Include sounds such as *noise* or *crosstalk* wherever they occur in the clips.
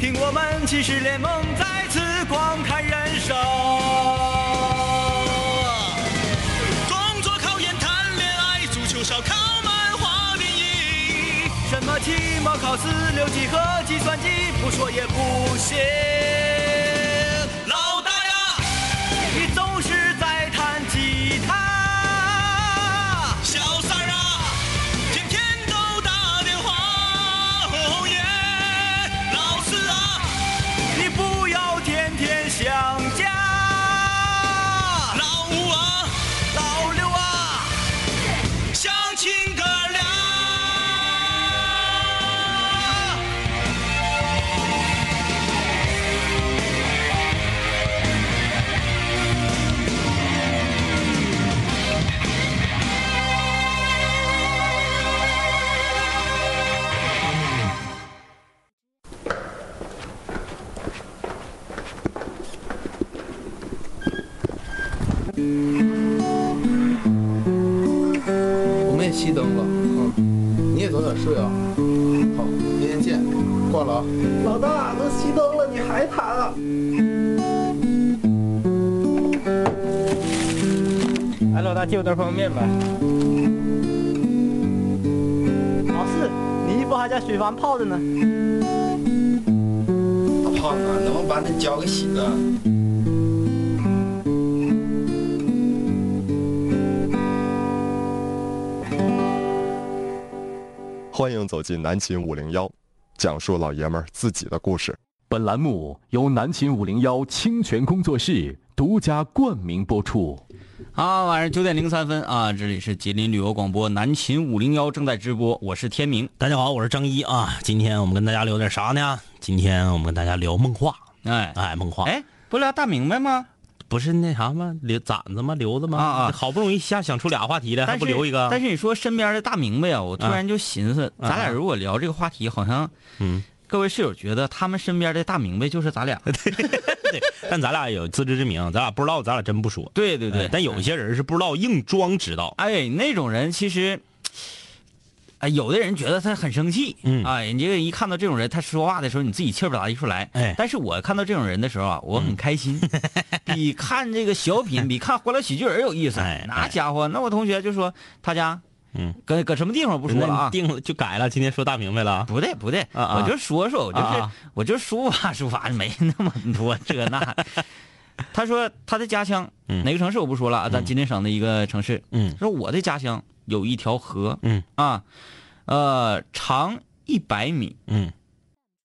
听我们骑士联盟再次光看人生。工作考研谈恋爱，足球烧烤漫画电影，什么期末考试、六级和计算机，不说也不行。老大呀，你总是在弹吉他。小三儿啊，天天都打电话。哦耶，老四啊，你不要天天想家。老五啊，老六啊，相亲哥俩。我们也熄灯了，嗯，你也早点睡啊。好，明天见，挂了啊。老大都熄灯了，你还弹啊？哎，老大借我袋方便面吧。老四，你衣服还在水房泡着呢。大胖子，能不能把那脚给洗了？欢迎走进南秦五零幺，讲述老爷们儿自己的故事。本栏目由南秦五零幺清泉工作室独家冠名播出。啊，晚上九点零三分啊，这里是吉林旅游广播南秦五零幺正在直播，我是天明。大家好，我是张一啊。今天我们跟大家聊点啥呢？今天我们跟大家聊梦话。哎哎，梦话，，哎，不聊大明白吗？不是那啥吗？留攒子吗？留子吗？啊啊好不容易一下想出俩话题来，还但不是留一个？但是你说身边的大明白啊，我突然就寻思，咱俩如果聊这个话题，好像嗯，各位室友觉得他们身边的大明白就是咱 *laughs* 俩。但咱俩有自知之明，咱俩不知道，咱俩真不说。对对对哎，但有些人是不知道，硬装知道。哎，那种人其实，哎，有的人觉得他很生气，嗯哎，你这个一看到这种人，他说话的时候，你自己气儿不打一处来，哎嗯但是我看到这种人的时候啊，我很 *laughs* 开心，比看这个小品，比看欢乐喜剧人有意 *laughs* 思，哎那哎家伙，那我同学就说他家，嗯，搁搁什么地方不说了那啊你。定了就改了，今天说大明白了啊。不对不对，啊啊我就说说，我就是、啊啊我就抒 *laughs* 发抒发，没那么多这那。他说他的家乡、嗯哪个城市我不说了，啊，咱吉林省的一个城市，嗯说我的家乡有一条河，嗯啊，呃，长一百米嗯，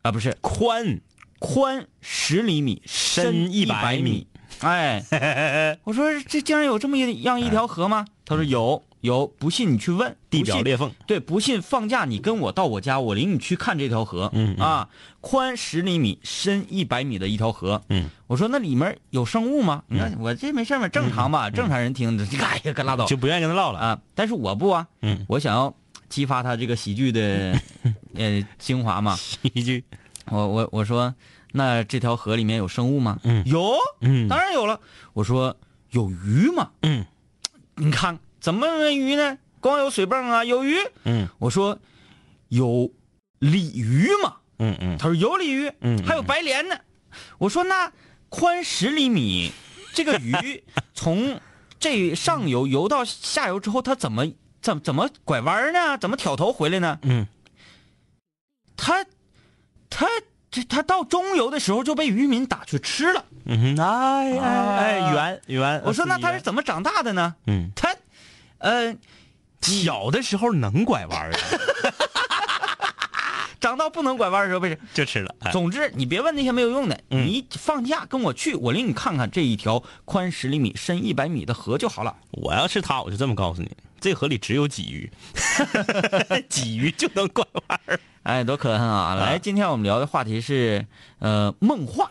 啊，不是宽宽十厘米，深深百100米米。哎， *laughs* 我说这竟然有这么一样一条河吗？他说有有，不信你去问。地不信表裂缝。对，不信放假你跟我到我家，我领你去看这条河。嗯嗯啊，宽十厘米，深一百米的一条河。嗯，我说那里面有生物吗？你看我这没事儿嘛，正常吧？正常人听的，你 *laughs* 哎呀，可拉倒嗯就不愿意跟他唠了。啊！但是我不啊，嗯，我想要激发他这个喜 *laughs* 剧的呃精华嘛。一句，我我我说，那这条河里面有生物吗？嗯有，嗯当然有了。我说有鱼吗？嗯，你看怎么没鱼呢？光有水泵啊，有鱼。嗯我说有鲤鱼吗？嗯嗯他说有鲤鱼，嗯嗯还有白鲢呢。我说那宽十厘米，这个 *laughs* 鱼从这上游游到下游之后，它怎么怎怎么拐弯呢？怎么挑头回来呢？嗯，它它这它到中游的时候就被渔民打去吃了。嗯哼，哎哎啊哎，圆圆。我 *laughs* 说那它是么？怎么长大的呢？ *laughs* 嗯，它呃小的时候能拐弯啊，长到不能拐弯的时候被就吃了。哎总之，你别问那些没有用的，嗯你放假跟我去，我领你看看这一条宽十厘米、深一百米的河就好了。我要是他，我就这么告诉你，这河里只有鲫鱼，鲫鱼就能拐弯儿。哎，多可恨啊！来，今天我们聊的话题是呃梦话。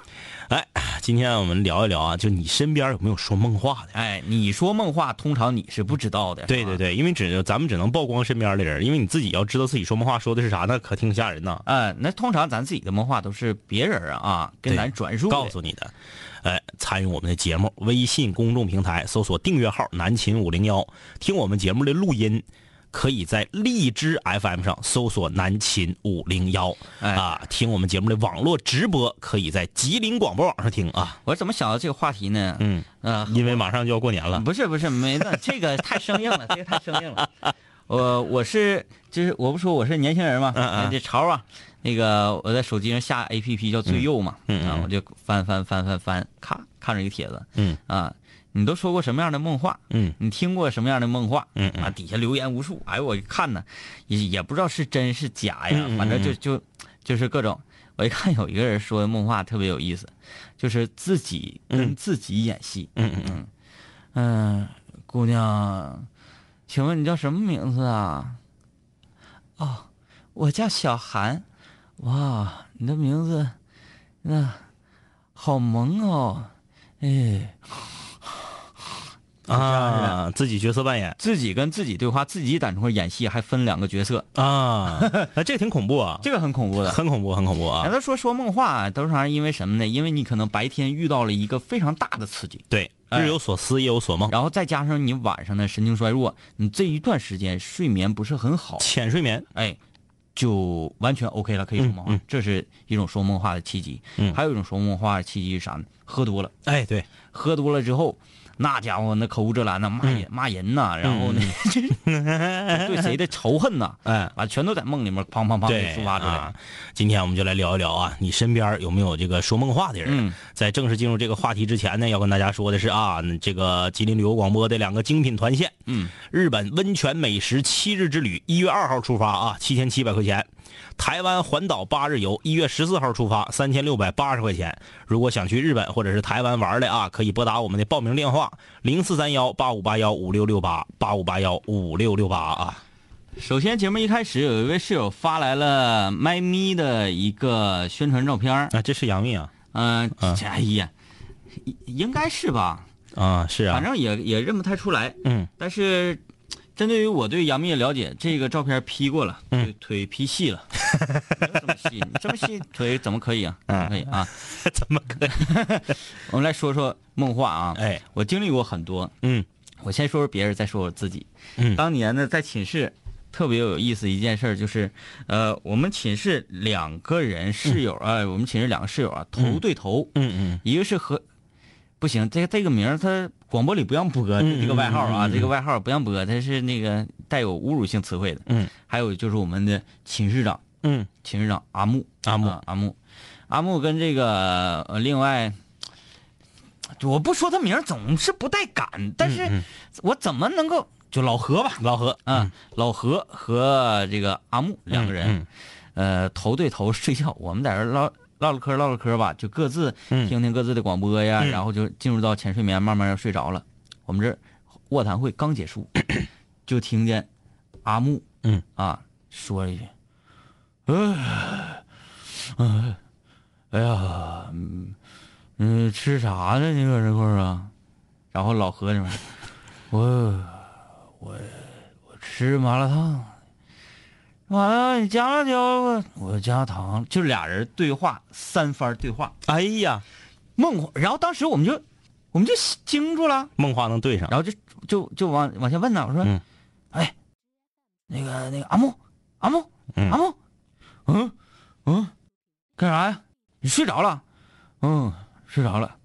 哎，今天我们聊一聊啊，就你身边有没有说梦话的？哎，你说梦话，通常你是不知道的。对对对。对，因为只咱们只能曝光身边的人，因为你自己要知道自己说梦话说的是啥，那可挺吓人呐。呃，那通常咱自己的梦话都是别人儿啊跟对咱转述的告诉你的。哎，参与我们的节目，微信公众平台搜索订阅号“南秦五零幺”，听我们节目的录音，可以在荔枝 FM 上搜索“南秦五零幺”哎啊，听我们节目的网络直播，可以在吉林广播网上听啊。我怎么想到这个话题呢？嗯，呃，因为马上就要过年了，不是不是，没的，这个太生硬了，这个太生硬了。我我是就是我不说我是年轻人嘛，嗯嗯这潮啊，那个我在手机上下 A P P 叫最右嘛，嗯嗯嗯啊，我就翻翻翻翻翻，咔看着一个帖子，嗯啊，你都说过什么样的梦话？嗯你听过什么样的梦话？嗯嗯啊，底下留言无数，哎呦，我一看呢，也也不知道是真是假呀，嗯嗯嗯反正就就就是各种。我一看有一个人说的梦话特别有意思，就是自己跟自己演戏，嗯嗯嗯嗯，姑娘，请问你叫什么名字啊？哦，我叫小韩。哇，你的名字，那、好萌哦！哎，啊，自己角色扮演自己跟自己对话，自己在那块演戏，还分两个角色， *laughs* 啊，啊， *laughs* 这个挺恐怖啊，这个很恐怖的。很恐怖，很恐怖啊难。道说说梦话都是因为什么呢？因为你可能白天遇到了一个非常大的刺激，对，哎日有所思，夜有所梦，然后再加上你晚上的神经衰弱，你这一段时间睡眠不是很好，浅睡眠。哎，就完全 OK 了，可以说梦话。嗯嗯嗯这是一种说梦话的契机。嗯还有一种说梦话的契机是啥呢？喝多了，哎，对，喝多了之后，那家伙那口无遮拦呐，骂人、骂人呐，然 *laughs* 后呢，对谁的仇恨呐，哎，啊，全都在梦里面砰砰砰给对，抒发出来。啊。今天我们就来聊一聊啊，你身边有没有这个说梦话的人？啊嗯在正式进入这个话题之前呢，要跟大家说的是啊，这个吉林旅游广播的两个精品团线，嗯，日本温泉美食七日之旅，一月二号出发啊，七千七百块钱；台湾环岛八日游，一月十四号出发，三千六百八十块钱。如果想去日本或者是台湾玩的啊，可以拨打我们的报名电话零四三幺八五八幺五六六八八五八幺五六六八啊。首先，节目一开始有一位室友发来了麦咪的一个宣传照片儿，啊，这是杨幂啊，嗯、啊这哎呀，应应该是吧，啊是啊，反正也也认不太出来。嗯但是，针对于我对杨幂的了解，这个照片 P 过了，嗯腿腿 P 细 *laughs* 了，没有这么细，你这么细腿怎么可以啊？怎么可以啊？嗯 *laughs* 怎么可 *laughs* 我们来说说梦话啊，哎，我经历过很多，嗯我先说说别人，再说我自己。嗯当年呢，在寝室特别有意思一件事儿就是，呃，我们寝室两个人室友啊、呃，我们寝室两个室友啊，头对头，嗯一个是和。不行，这个这个名儿它广播里不让播，这嗯这个外号啊，这个外号不让播，它是那个带有侮辱性词汇的。嗯，还有就是我们的寝室长，嗯寝室长阿木，阿木啊阿木，阿木跟这个呃另外，我不说他名儿总是不带感，但嗯是我怎么能够就老何吧，老何，嗯，老何和这个阿木嗯两个人，呃，头对头睡觉，我们在这儿唠。 *laughs* 唠唠嗑，唠唠嗑吧，就各自听听各自的广播呀，然后就进入到浅睡眠，慢慢睡着了。我们这卧谈会刚结束，就听见阿木，嗯啊，说一句，哎呀，嗯嗯，吃啥呢？你搁这块儿啊？然后老何那边，我我我吃麻辣烫。完了，啊你加辣椒吧，我加糖，就俩人对话，三番对话，哎呀，梦话。然后当时我们就，我们就惊住了，梦话能对上。然后就就就往往下问呢，我说，嗯哎，那个那个阿木阿木、嗯阿木，嗯嗯，干啥呀？你睡着了？嗯，睡着了。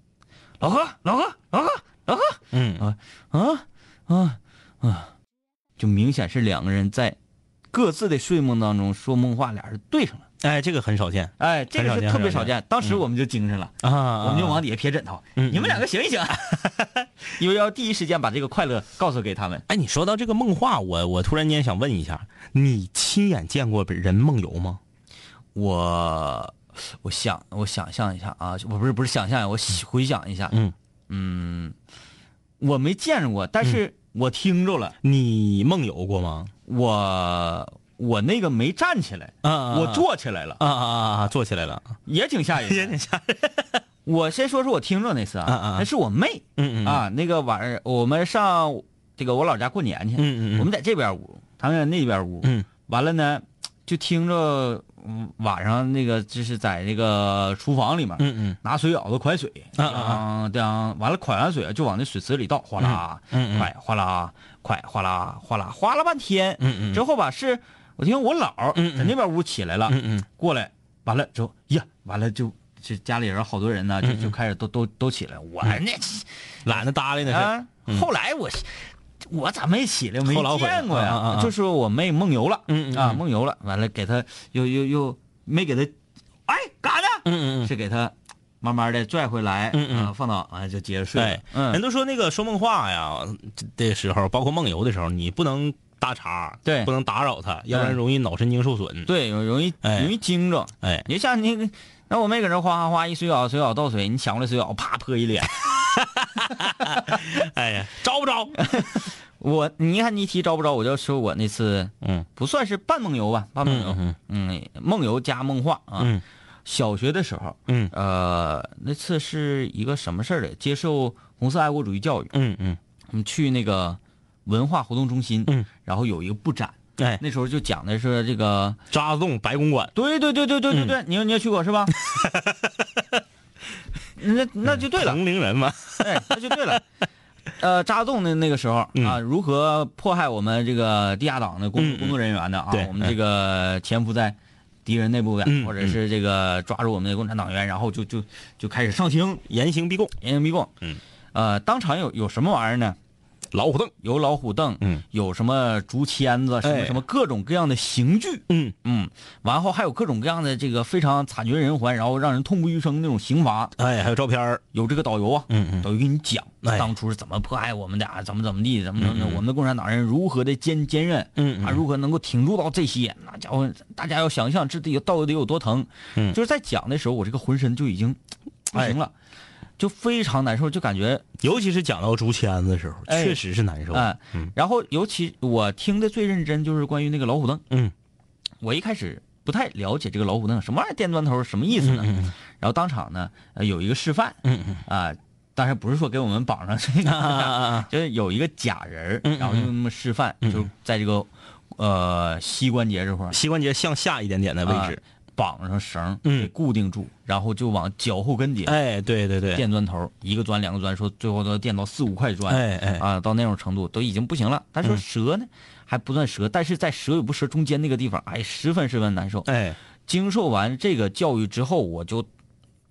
老何老何老何老何，嗯啊啊啊！就明显是两个人在各自的睡梦当中说梦话，俩人对上了。哎，这个很少见哎，这个很少是见特别很少少见，嗯当时我们就精神了。啊，我们就往底下撇枕头，嗯你们两个醒一 *laughs* 醒，因为要第一时间把这个快乐告诉给他们。哎，你说到这个梦话，我我突然间想问一下，你亲眼见过人梦游吗？我我想我想象一下啊，我不是不是想象一下，我喜回想一下，嗯嗯我没见着过，但是我听着了，你梦游过吗？我我那个没站起来，啊我坐起来了，啊啊啊啊！坐起来了。也挺吓 *laughs* 人，也挺吓人。我先说说我听着那次啊啊啊，那是我妹嗯嗯啊，那个晚上我们上这个我老家过年去，嗯嗯嗯我们在这边屋，他们在那边屋，嗯完了呢，就听着嗯晚上那个就是在那个厨房里面，嗯嗯，拿水舀子蒯水，啊啊啊嗯，这样完了蒯完水啊就往那水池里倒，哗啦，嗯嗯嗯蒯哗啦，蒯哗啦，哗啦，哗啦半天，嗯嗯之后吧是，我听我姥儿嗯嗯在那边屋起来了，嗯嗯过来，完了之后，呀，完了就就家里人好多人呢，嗯就嗯嗯就开始都都都起来，我那懒得搭理那是。啊，后来我我咋没起来？我没后来我回来见过啊啊呀啊，就是我妹梦游了，嗯嗯啊，嗯梦游了，完了给她又又又没给她，哎，干啥呢？嗯嗯是给他慢慢的拽回来，嗯嗯啊放倒，完了就接着嗯，睡了。哎，人嗯，都说那个说梦话呀的时候，包括梦游的时候，你不能搭茬，对不能打扰他，要不然嗯容易脑神经受损。，对，容易哎容易惊着。哎，你就像那个，那我妹搁这哗哗哗一水舀水舀倒水，你抢过来水舀，啪泼一脸。哎呀，招不招？我你看你一提招不招，我就说我那次嗯不算是半梦游吧，半梦游，嗯嗯梦游加梦话啊。嗯小学的时候，嗯呃，那次是一个什么事儿的？接受红色爱国主义教育，嗯嗯，我们去那个文化活动中心，嗯，然后有一个布展，哎，那时候就讲的是这个渣滓洞白公馆，对对对对对对嗯对，你你也去 *laughs* 过是吧？那那就对了，同龄人嘛，哎，那就对 *laughs* 了。呃，扎洞的那个时候嗯啊，如何迫害我们这个地下党的工嗯嗯工作人员的啊对？哎我们这个潜伏在敌人内部的嗯，或者是这个抓住我们的共产党员，然后就就就开始上刑，严刑逼供，严刑逼供。嗯，呃，当场有有什么玩意儿呢？老虎凳。有老虎凳，嗯，有什么竹签子，什么哎什么各种各样的刑具，嗯嗯，完后还有各种各样的这个非常惨绝人寰，然后让人痛不欲生那种刑罚。哎，还有照片儿有这个导游啊，嗯嗯导游给你讲、哎当初是怎么迫害我们的啊，怎么怎么地，怎么怎么的，我们的共产党人如何的坚坚韧，嗯嗯啊，如何能够挺住到这些，那家伙大家要想象这得有到底有多疼。嗯哎就是在讲的时候，我这个浑身就已经不行了，就非常难受，就感觉尤其是讲到竹签子的时候，哎确实是难受。啊、然后尤其我听的最认真就是关于那个老虎凳，嗯，我一开始不太了解这个老虎凳什么玩意儿电钻头什么意思呢，然后当场呢、呃有一个示范，嗯嗯啊、当然不是说给我们绑上这啊 *laughs* 个，就是有一个假人嗯儿，然后就那么示范，就是在这个呃膝关节这 *laughs* 块儿膝关节向下一点点的位置，啊绑上绳儿，嗯给固定住，然后就往脚后跟底哎，对对对，电钻头，一个钻两个钻，说最后都要电到四五块砖，哎哎嗯啊，到那种程度都已经不行了。他说折呢、还不算折，但是在折与不折中间那个地方，哎，十分十分难受。哎，经受完这个教育之后，我就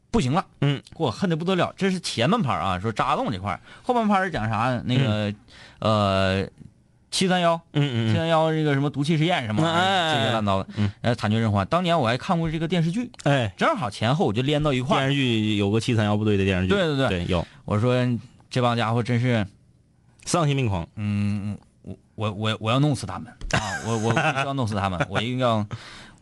不行了，嗯，给我恨的不得了。这是前半拍儿啊，说扎洞这块儿后半拍儿讲啥呢？那个、呃，七三幺。嗯七嗯三幺这个什么毒气实验什么玩意哎哎儿，哎这些乱糟的，呃，惨绝人寰。当年我还看过这个电视剧，嗯，哎，正好前后我就连到一块儿电视剧有个七三幺部队的电视剧，对对对对，有我说这帮家伙真是，丧心病狂，嗯，我我我我要弄死他们啊！我我必须要弄死他们，我一定要。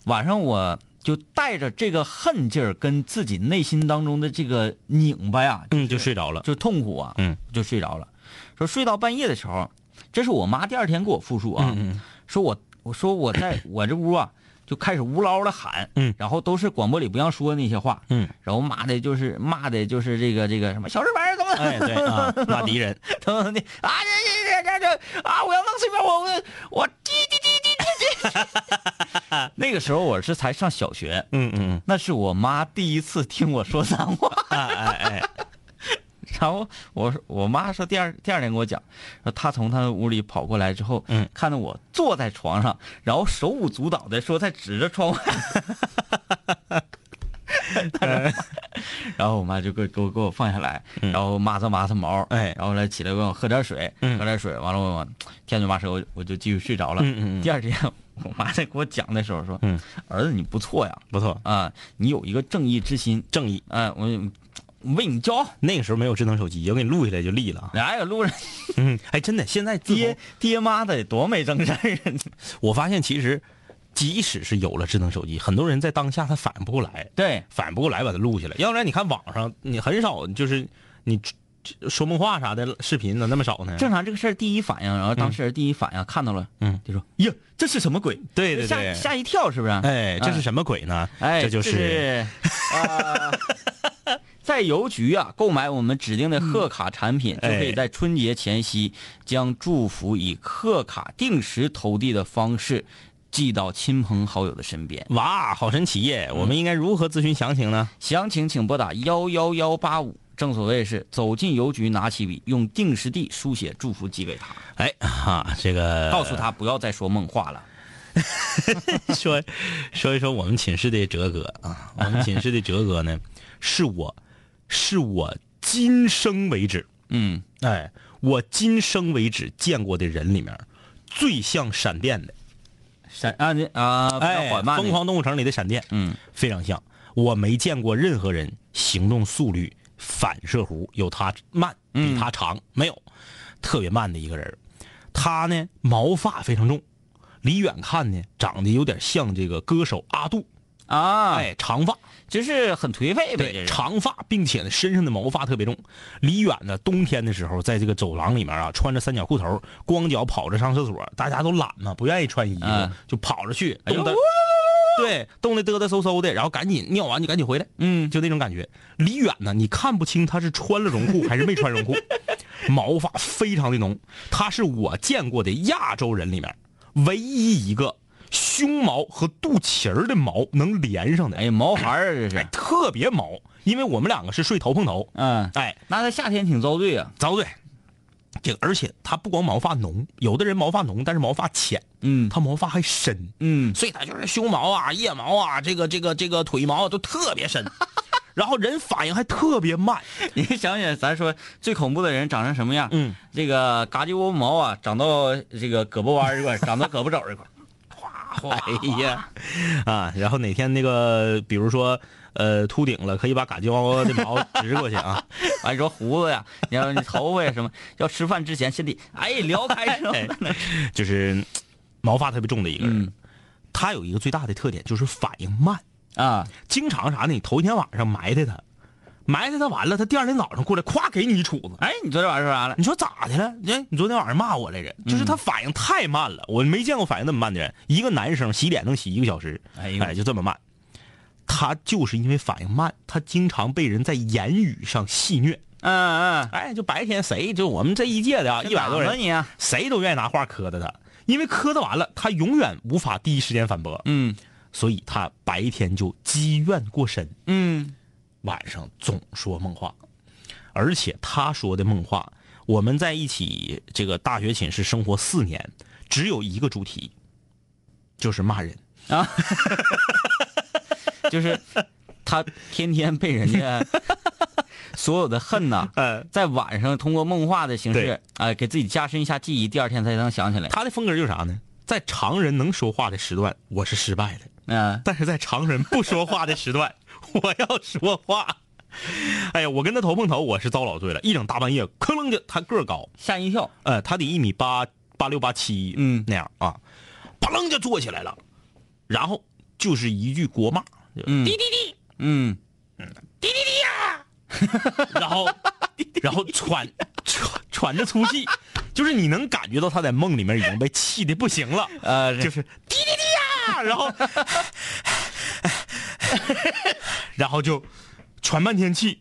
晚上我就带着这个恨劲儿，跟自己内心当中的这个拧巴呀，嗯，就睡着了，就痛苦啊，嗯，就睡着了。说睡到半夜的时候，这是我妈第二天给我复述啊，嗯嗯说我我说我在我这屋啊就开始呜嗷的喊，嗯然后都是广播里不让说的那些话，嗯，然后骂的就是骂的就是这个这个什么小日本儿怎么哎，对 *laughs* 啊，骂敌人，怎么的啊这这这这这啊我要弄碎片我我我滴滴滴滴滴滴， *laughs* 那个时候我是才上小学，嗯 *laughs* 嗯，那是我妈第一次听我说脏话。 *laughs* 哎哎哎，然后我说我妈说第二第二天给我讲，说她从她屋里跑过来之后，嗯，看到我坐在床上，然后手舞足蹈的说在指着窗外， *laughs* 然后我妈就给我给我给我放下来，然后抹擦抹擦毛，哎然后来起来问我喝点水，嗯喝点水，完了我天嘴麻舌，我就我就继续睡着了。嗯嗯嗯第二天我妈在给我讲的时候说，嗯儿子你不错呀，不错，啊，你有一个正义之心，正义。哎、我我为你骄傲。那个时候没有智能手机，我给你录下来就立了啊。哎呀，路人嗯，哎，真的，现在自从爹爹妈的多没正事儿 *laughs* 啊！我发现其实，即使是有了智能手机，很多人在当下他反应不过来，对，反应不过来把它录下来。要不然你看网上，你很少就是你说梦话啥的视频咋那么少呢？正常这个事儿第一反应，然后当事人第一反应看到了，嗯，就说呀，这是什么鬼？对对吓对，吓一跳是不是？啊哎，这是什么鬼呢？哎，这就就是啊在邮局啊购买我们指定的贺卡产品，就 *laughs* 哎可以在春节前夕将祝福以贺卡定时投递的方式。寄到亲朋好友的身边。哇，好神奇耶！我们应该如何咨询详情呢？详情请拨打幺幺幺八五。正所谓是走进邮局，拿起笔，用定时地书写祝福寄给他，哎哈，这个告诉他不要再说梦话了。 *laughs* 说说一说我们寝室的哲哥啊，我们寝室的哲哥呢，是我是我今生为止，嗯，哎，我今生为止见过的人里面最像闪电的，闪啊你啊，比较哎，缓慢的，疯狂动物城》里的闪电，嗯，非常像。我没见过任何人行动速率、反射弧有他慢，嗯比他长、没有，特别慢的一个人儿。他呢，毛发非常重，离远看呢，长得有点像这个歌手阿杜，啊，哎，长发，就是很颓废呗，这对，人长发，并且呢，身上的毛发特别重。离远呢，冬天的时候，在这个走廊里面啊，穿着三角裤头，光脚跑着上厕所，大家都懒嘛，不愿意穿衣服，嗯就跑着去，哎呦冻得、对，冻得嘚嘚嗖嗖的，然后赶紧尿完就赶紧回来，嗯就那种感觉。离远呢，你看不清他是穿了绒裤还是没穿绒 *laughs* 裤，毛发非常的浓，他是我见过的亚洲人里面唯一一个胸毛和肚脐儿的毛能连上的。哎毛孩儿这哎是，，特别毛，因为我们两个是睡头碰头，嗯，哎，那他夏天挺遭罪啊，遭罪。这个而且他不光毛发浓，有的人毛发浓，但是毛发浅，嗯他毛发还深，嗯， *laughs* 所以他就是胸毛啊、腋毛啊、这个这个这个腿毛啊都特别深， *laughs* 然后人反应还特别慢，你想想咱说最恐怖的人长成什么样？嗯，这个嘎叽窝毛啊，长到这个胳膊弯儿这块儿，长到胳膊肘儿这块儿， *laughs* 哗哗，哎呀，啊，然后哪天那个比如说呃秃顶了，可以把嘎叽窝窝的毛直过去啊， *laughs* 完你说胡子呀， *laughs* 你要你头发呀什么，要吃饭之前先得哎撩开之后， *laughs* 就是毛发特别重的一个人，嗯他有一个最大的特点就是反应慢。啊，经常啥呢？你头一天晚上埋汰他，埋汰他完了，他第二天早上过来，咵给你一杵子。哎，你昨天晚上说啥了？你说咋的了？哎，你昨天晚上骂我来着，嗯就是他反应太慢了，我没见过反应那么慢的人。一个男生洗脸能洗一个小时，哎哎呦就这么慢。他就是因为反应慢，他经常被人在言语上戏虐。嗯嗯，哎，就白天谁就我们这一届的啊，一百多哪个人，你啊，谁都愿意拿话磕的他，因为磕的完了，他永远无法第一时间反驳，嗯所以他白天就积怨过深。嗯，晚上总说梦话，而且他说的梦话，我们在一起这个大学寝室生活四年，只有一个主题，就是骂人。就是他天天被人家 *laughs* 所有的恨呐、在晚上通过梦话的形式，哎、给自己加深一下记忆，第二天才能想起来。他的风格就是啥呢？在常人能说话的时段，我是失败的；嗯、但是在常人不说话的时段， *laughs* 我要说话。哎呀，我跟他头碰头，我是遭老罪了。一整大半夜，吭楞就他个儿高，吓一跳。呃，他得一米八八六八七，嗯那样啊，啪楞就坐起来了，然后就是一句国骂，就嗯，滴滴滴。嗯，然后然后喘喘喘着粗气，就是你能感觉到他在梦里面已经被气的不行了，呃，这就是滴滴滴呀，然后然后就喘半天气。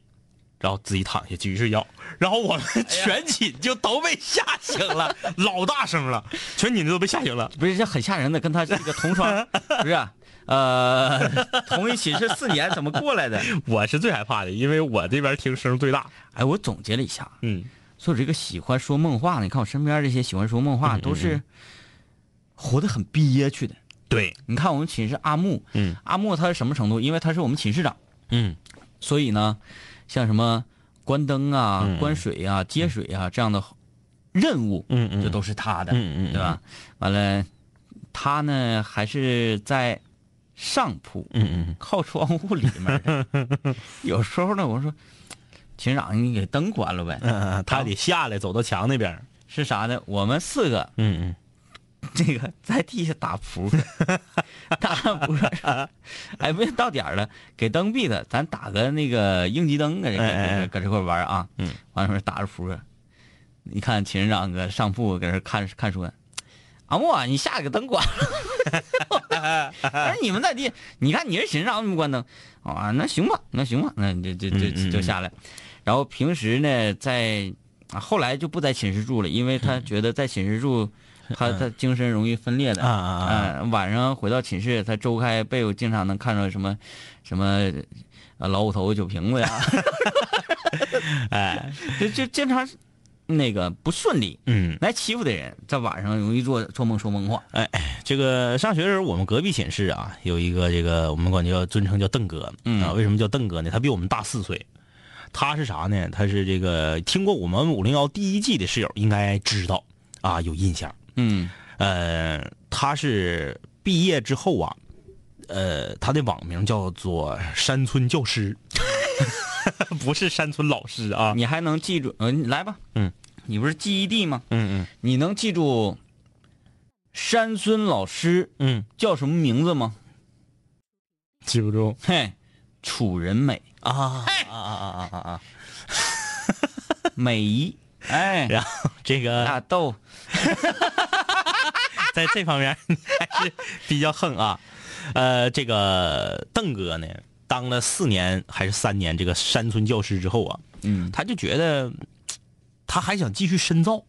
然后自己躺下继续睡觉，然后我们哎全寝就都被吓醒了，老大声了，全寝都被吓醒了。不是这很吓人的，跟他这个 *laughs* 同窗不是、啊呃，同一寝室四年怎么 *laughs* 过来的？我是最害怕的，因为我这边听声最大。哎，我总结了一下，嗯，所以我这个喜欢说梦话的，你看我身边这些喜欢说梦嗯话都是活得很憋屈的。对，你看我们寝室阿木，嗯，阿木他是什么程度？因为他是我们寝室长，嗯，所以呢，像什么关灯啊、关水啊、接水啊这样的任务，嗯嗯这都是他的，嗯嗯嗯对吧？完了，他呢还是在上铺，嗯嗯，靠窗户里 *laughs* 面的。有时候呢，我说秦长，你给灯关了呗。嗯，他得下来走到墙那边。是啥呢？我们四个嗯嗯，这个在地下打扑克， *laughs* 打上扑克，哎，不是到点儿了，给灯闭了，咱打个那个应急灯搁啊这搁哎哎这哎搁这块玩啊。嗯，完了打着扑克，你看寝室长搁上铺搁这看看书呢。阿莫、你下个灯关了。 *laughs* 哎，你们在地，你看你是寝室长，你们关灯啊？那行吧，那行吧，那这这嗯这就下来。然后嗯 *laughs* 平时呢，在啊后来就不在寝室住了，因为他觉得在寝室住他他精神容易分裂的。啊啊啊呃晚上回到寝室，他周开被我经常能看到什么什么呃老虎头酒 *laughs* 瓶子呀，哎，就就经常是那个不顺利。嗯，来欺负的人，在晚上容易做做梦说梦话。这个上学的时候，我们隔壁寝室啊，有一个这个我们管叫尊称叫邓哥，嗯啊，为什么叫邓哥呢？他比我们大四岁，他是啥呢？他是这个听过我们五零幺第一季的室友应该知道啊，有印象。嗯呃，他是毕业之后啊，呃，他的网名叫做山村教师， *laughs* 不是山村老师啊。你还能记住？嗯、你来吧。嗯，你不是记忆力吗？嗯你能记住山村老师嗯嗯，叫什么名字吗？记不住嘿，楚人美，啊啊啊啊啊啊！美仪，哎，然后这个大豆，在这方面你还是比较横啊。 *laughs* 呃，这个邓哥呢，当了四年还是三年这个山村教师之后啊，嗯他就觉得他还想继续深造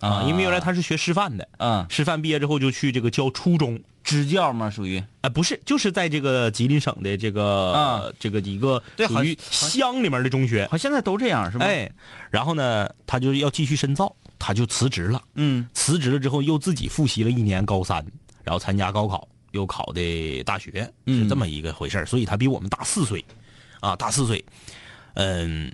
啊，因为原来他是学师范的，啊，师范毕业之后就去这个教初中，支教吗？属于啊、不是，就是在这个吉林省的这个、啊这个一个对属好于乡里面的中学好，，像现在都这样是吧？，哎，然后呢，他就要继续深造，他就辞职了。嗯辞职了之后，又自己复习了一年高三，然后参加高考，又考的大学，是嗯这么一个回事儿所以他比我们大四岁，啊，大四岁，嗯，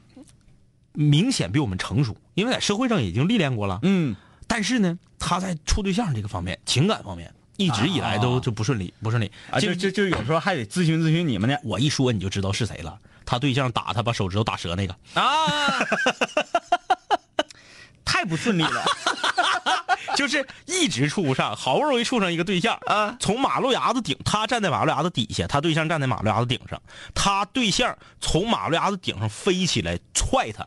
明显比我们成熟，因为在社会上已经历练过了。嗯，但是呢，他在处对象这个方面、情感方面，一直以来都啊就不顺利，不顺利。啊，就就就有时候还得咨询咨询你们呢我一说你就知道是谁了，他对象打他把手指头打折 *laughs* 那个。啊，太不顺利 *laughs* 了，就是一直处不上，好不容易处上一个对象啊，从马路牙子顶，他站在马路牙子底下，他对象站在马路牙子顶上，他对象从马路牙子顶上飞起来踹他，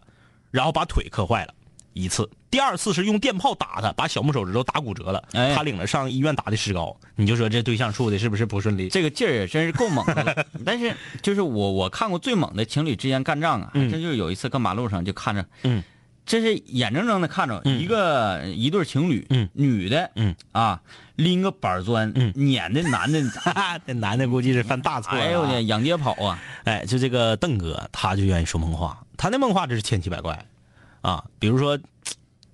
然后把腿磕坏了一次，第二次是用电炮打他，把小拇手指头打骨折了，哎他领着上医院打的石膏，你就说这对象处的是不是不顺利？ *laughs* 这个劲儿也真是够猛的 *laughs* 了。但是就是我我看过最猛的情侣之间干仗啊，还真就是有一次跟马路上就看着，嗯，这是眼睁睁的看着一个、一对情侣，嗯女的，嗯啊，拎个板砖，嗯撵的男的，那男的估计是犯大错了、哎呦我天，仰街跑啊，哎，就这个邓哥，他就愿意说梦话，他那梦话真是千奇百怪啊。比如说，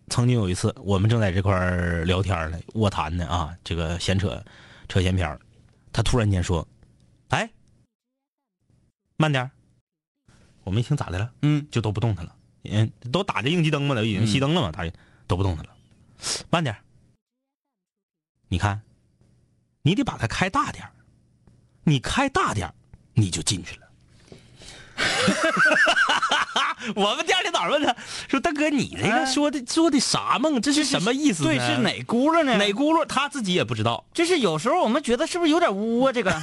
曾经有一次，我们正在这块儿聊天呢，卧谈呢啊，这个闲扯扯闲篇儿他突然间说：“哎，慢点儿我们一听咋的了？嗯，就都不动弹了，嗯，都打着应急灯嘛，都已经熄灯了嘛，他就都不动弹了。慢点儿你看，你得把它开大点儿你开大点儿你就进去了。 *laughs* 我们第二天早上问他说：“大哥，你那个说的、做的啥梦？哎这是什么意思呢？哎对，是嗯哪轱辘呢？哪轱辘？他自己也不知道。就是有时候我们觉得是不是有点污啊？这个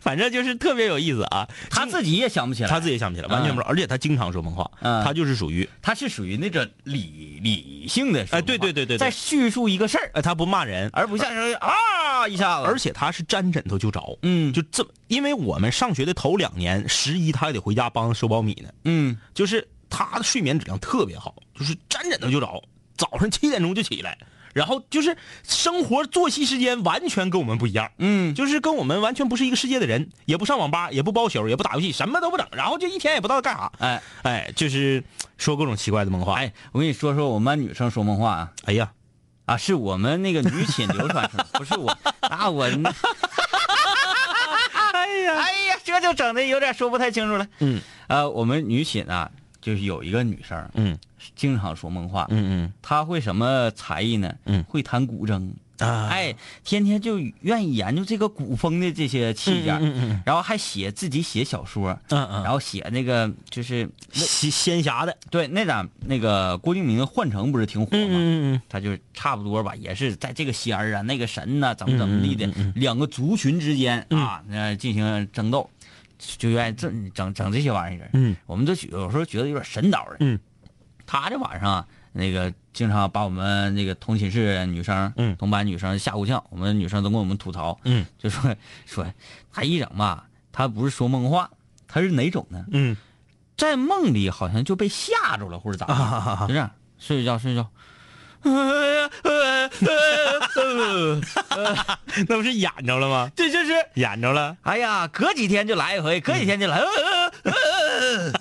反正就是特别有意思啊。他自己也想不起来，他自己嗯也想不起来，完全不知道。而且他经常说梦话，嗯他就是属于他是属于那种理理性的说话，哎对对对对对在叙述一个事儿，嗯呃，他不骂人，而不像是啊一下子，而且他是沾枕头就着。嗯就这么，因为我们上学的头两年，十一他还得回家帮收苞米呢。嗯。就是他的睡眠质量特别好，就是沾枕头就着，早上七点钟就起来，然后就是生活作息时间完全跟我们不一样，嗯就是跟我们完全不是一个世界的人，也不上网吧，也不包宿，也不打游戏，什么都不整，然后就一天也不知道干啥，哎哎，就是说各种奇怪的梦话，哎哎，我跟你说说我们班女生说梦话啊哎呀，啊，是我们那个女寝流传 *laughs* 出来，不是我啊我。 *laughs* 哎呀，哎呀，这就整的有点说不太清楚了。嗯，呃，我们女寝啊，就是有一个女生，嗯，经常说梦话。嗯她会什么才艺呢？嗯会弹古筝。嗯啊，哎，天天就愿意研究这个古风的这些器件，嗯嗯嗯嗯然后还写自己写小说，嗯嗯然后写那个就是仙仙侠的，对，那咋那个郭敬明的《幻城》不是挺火吗？嗯嗯他就差不多吧，也是在这个仙儿啊、那个神呐、怎么怎么地嗯的，两个族群之间啊，那进行争斗，就愿意整整整这些玩意儿。嗯，我们都觉有时候觉得有点神叨的。嗯，他这晚上啊那个经常把我们那个同寝室女生、嗯同班女生吓够呛，我们女生都跟我们吐槽，嗯，就说说他一整吧，他不是说梦话，他是哪种呢？嗯在梦里好像就被吓着了，或者咋的，就这样睡着觉睡着觉，哎呀哎那不是演着了吗？这就是，演着了，哎呀，隔几天就来一回，隔几天就来，呃呃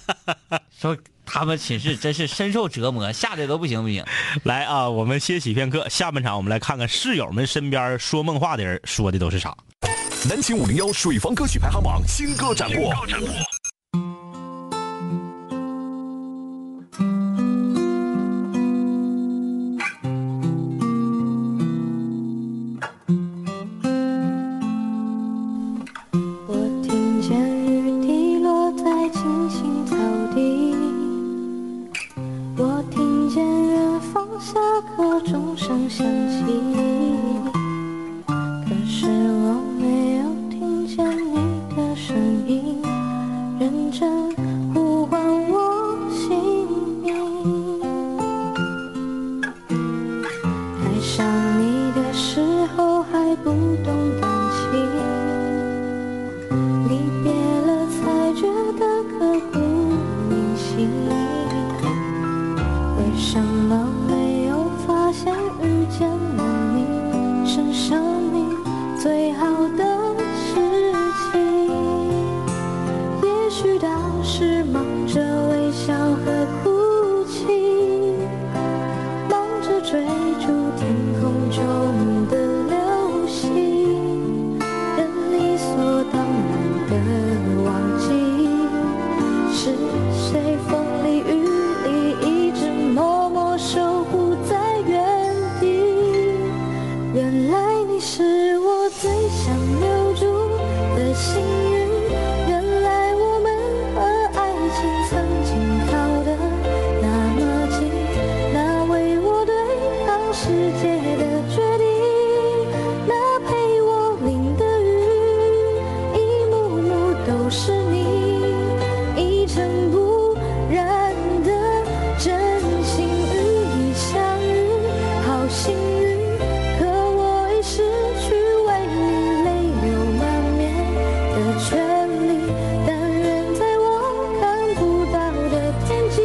呃说他们寝室真是深受折磨，吓得都不行不行。来啊！我们歇息片刻，下半场我们来看看室友们身边说梦话的人说的都是啥。南秦五零幺水房歌曲排行榜新歌展播。我听见雨滴落在青青草地，我听见远方下课钟声响起，可是我没有听见你的声音，认真呼唤我姓名。爱上你的时候还不懂感情。离别了才觉得刻骨铭心，为什么没有发现遇见了你是生命最好的事情？也许当时忙着微笑和哭泣，忙着追逐天空中的流星。人理所当然的忘记，是谁风里雨里一直默默守护在原地。原来你是我最想留住的幸运，原来我们和爱情曾经靠得那么近，那为我对抗世界的决定。那陪我淋的雨，一幕幕都是你，一尘不染的真心与你相遇，好幸运。可我已失去为你泪流满面的权利，但愿在我看不到的天际，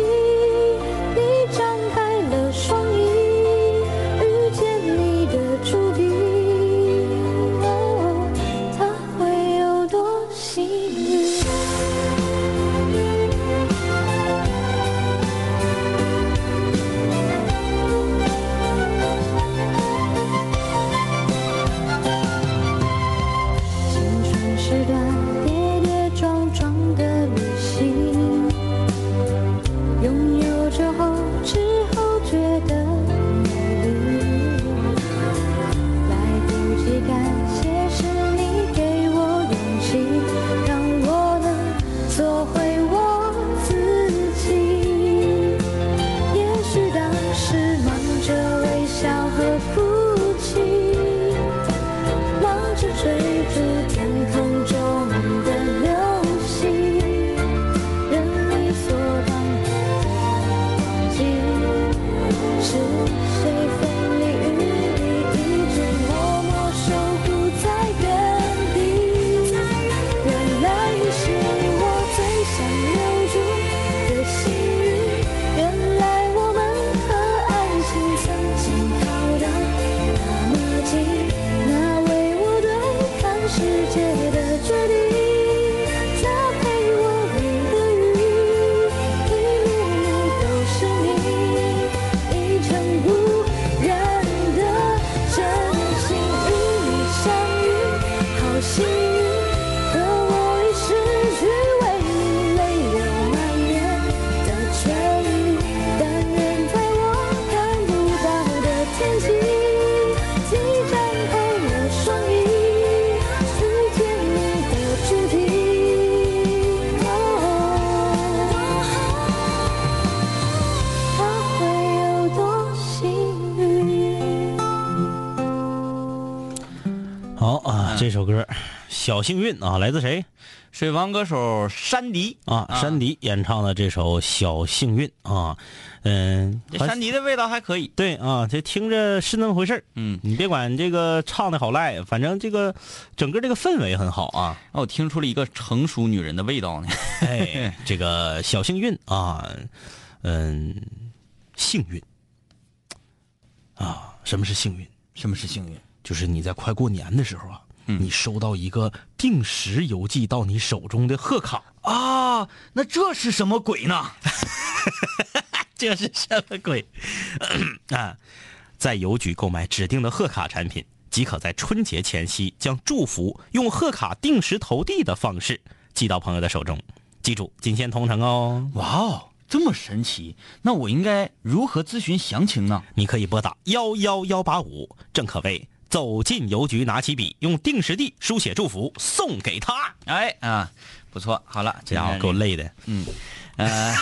你张开了双翼，遇见你的注定，哦，它会有多幸运？青春是段跌跌撞撞的旅行，拥有之后之后觉得美丽，来不及感谢是你给我勇气，让我能做回我自己。也许当时忙着微笑和哭泣。忙着追逐天空中的流星，人理所当然的忘记，是谁风里雨里一直默默守护在原地。原来你是我最想留住的幸运，原来我们和爱情曾经靠得。那么近，那为我对抗世界的决定，那陪我淋的雨，一幕幕都是你，一尘不染的真心与你相遇，好幸运。可我已失去为你泪流满面的权利，但愿在我看不到的天际。你张开了双翼，遇见你的注定。它会有多幸运？好啊，这首歌《小幸运》啊，来自谁水房歌手山迪，啊？山迪演唱的这首《小幸运》啊，嗯，这山迪的味道还可以。对啊，这听着是那么回事儿。嗯，你别管这个唱的好赖，反正这个整个这个氛围很好啊。让我哦听出了一个成熟女人的味道呢。哎，这个小幸运啊，嗯，幸运啊，什么是幸运？ *laughs* 什么是幸运？就是你在快过年的时候啊，你收到一个定时邮寄到你手中的贺卡啊，那这是什么鬼呢？这是什么鬼？ *clears throat* 啊，在邮局购买指定的贺卡产品，即可在春节前夕将祝福用贺卡定时投递的方式寄到朋友的手中。记住，金线同城哦。哇哦，这么神奇！那我应该如何咨询详情呢？你可以拨打幺幺幺八五，正可谓走进邮局，拿起笔，用定时地书写祝福送给他。哎啊，不错，好了，这家伙给我哎累的。嗯，呃，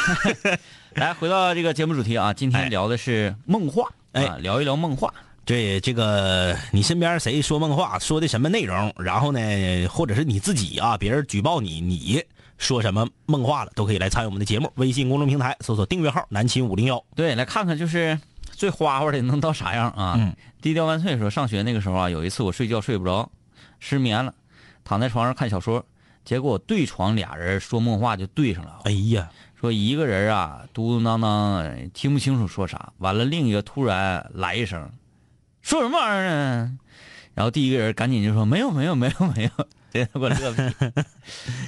来回到这个节目主题啊，今天聊的是梦话，哎啊，聊一聊梦话。这这个，你身边谁说梦话，说的什么内容？然后呢，或者是你自己啊，别人举报你，你说什么梦话了，都可以来参与我们的节目。微信公众平台搜索订阅号“南秦五零幺对，来看看就是最花花的能到啥样啊？嗯低调万岁说，上学那个时候啊，有一次我睡觉睡不着，失眠了，躺在床上看小说，结果对床俩人说梦话就对上了”。。哎呀，说一个人啊嘟嘟囔囔哎听不清楚说啥，完了另一个突然来一声，说什么玩意儿呢？然后第一个人赶紧就说没有没有没有没有，这给我乐屁。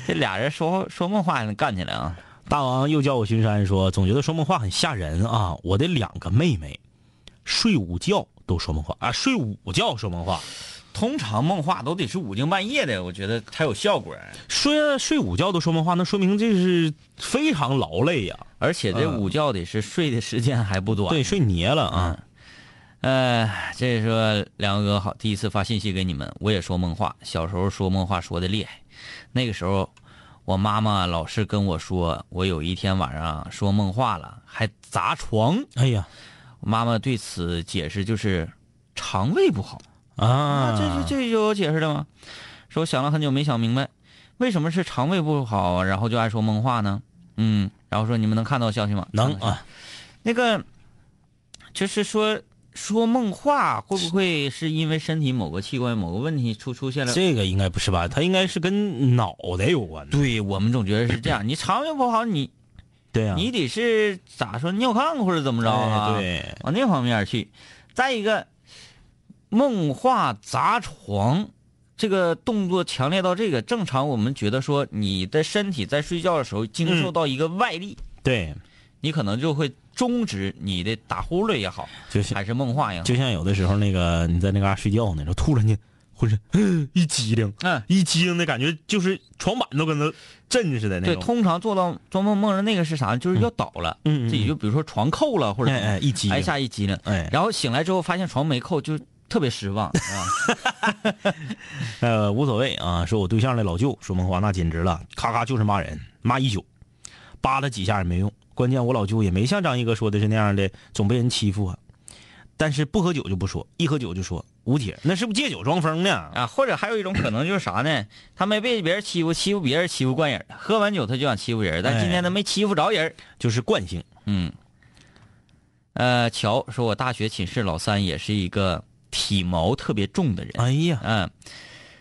这俩人说说梦话还能干起来啊？大王又叫我巡山说，总觉得说梦话很吓人啊。我的两个妹妹睡午觉都说梦话啊，睡午觉说梦话，通常梦话都得是五更半夜的，我觉得才有效果。睡睡午觉都说梦话，那说明这是非常劳累呀、而且这午觉得是睡的时间还不短。对，睡捏了啊。呃，这说梁哥好，第一次发信息给你们，我也说梦话。小时候说梦话说的厉害，那个时候我妈妈老是跟我说，我有一天晚上说梦话了，还砸床。哎呀妈妈对此解释就是肠胃不好。啊，这这这就有解释的吗？说我想了很久没想明白，为什么是肠胃不好，然后就爱说梦话呢？嗯，然后说你们能看到消息吗？能看到消息啊，那个，就是说说梦话会不会是因为身体某个器官某个问题出出现了？这个应该不是吧？它应该是跟脑袋有关的。对我们总觉得是这样，你肠胃不好，你对啊呀你得是咋说尿炕或者怎么着啊？哎对往那方面去。再一个，梦话砸床这个动作强烈到这个，正常我们觉得说你的身体在睡觉的时候嗯经受到一个外力，对，你可能就会终止你的打呼噜也好，就像还是梦话也好。就像有的时候那个你在那嘎睡觉呢，然后突然间浑身嗯一激灵，嗯一激灵的感觉，就是床板都跟它震似的那对，种。通常做到做梦梦着那个是啥？就是要倒了，嗯嗯嗯自己就比如说床扣了或者哎哎一激灵一下一激灵，哎嗯然后醒来之后发现床没扣，就特别失望，啊。呃，无所谓啊。说我对象的老舅说梦话，那简直了，咔咔就是骂人，骂一宿，扒拉几下也没用。关键我老舅也没像张一哥说的是那样的，总被人欺负啊。但是不喝酒就不说，一喝酒就说吴姐，那是不是借酒装疯呢？啊，或者还有一种可能就是啥呢？他没被别人欺负，欺负别人欺负惯人了，喝完酒他就想欺负人，但哎今天他没欺负着人儿。就是惯性。嗯，呃，乔说，我大学寝室老三也是一个体毛特别重的人。哎呀，嗯，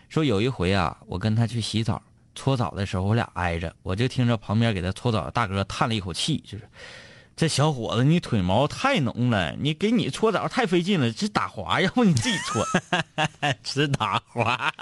说有一回啊，我跟他去洗澡，搓澡的时候我俩挨着，我就听着旁边给他搓澡的大哥叹了一口气，就是这小伙子你腿毛太浓了，你给你搓澡太费劲了，这打滑，要不你自己搓。 *laughs* 直打滑。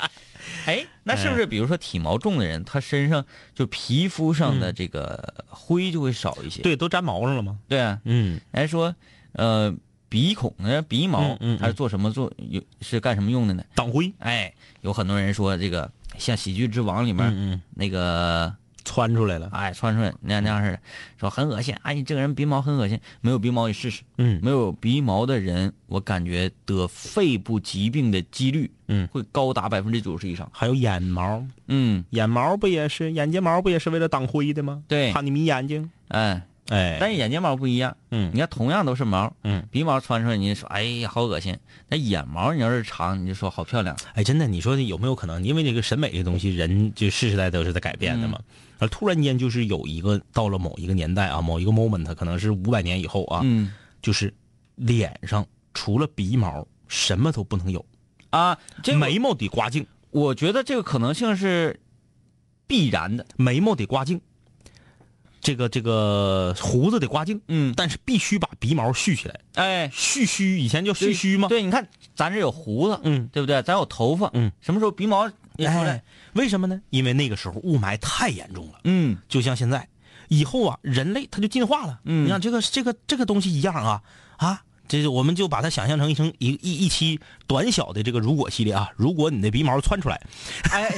哎，那是不是比如说体毛重的人，他身上就皮肤上的这个灰就会少一些？嗯对，都粘毛上了吗？对啊，嗯，人家说，呃，鼻孔呢，鼻毛嗯嗯嗯它是做什么做有是干什么用的呢？党徽。哎，有很多人说这个像《喜剧之王》里面、嗯嗯那个窜出来了。哎，穿出来那那样似的，说很恶心。哎，你这个人鼻毛很恶心，没有鼻毛也试试。嗯没有鼻毛的人，我感觉得肺部疾病的几率，嗯会高达百分之九十以上。还有眼毛，嗯，眼毛不也是眼睫毛不也是为了挡灰的吗？对怕你迷眼睛。哎，哎，但是眼睫毛不一样，嗯你看同样都是毛，嗯，鼻毛穿出来，你就说哎呀好恶心，那眼毛你要是长，你就说好漂亮，哎，真的，你说有没有可能？因为这个审美这东西，人就世世代都是在改变的嘛。嗯而突然间就是有一个到了某一个年代啊，某一个 moment，可能是五百年以后啊，嗯就是脸上除了鼻毛什么都不能有，啊，这个眉毛得刮净，我觉得这个可能性是必然的，眉毛得刮净，这个这个胡子得刮净，嗯，但是必须把鼻毛蓄起来，哎，蓄须，以前叫蓄须吗？对，你看咱这有胡子，嗯，对不对？咱有头发，嗯，什么时候鼻毛一出来哎？，为什么呢？因为那个时候雾霾太严重了， *laughs* 嗯，就像现在，以后啊，人类它就进化了。嗯你看这个这个这个东西一样啊啊，这就我们就把它想象成一成一一一期短小的这个如果系列啊。如果你的鼻毛窜出来，哎，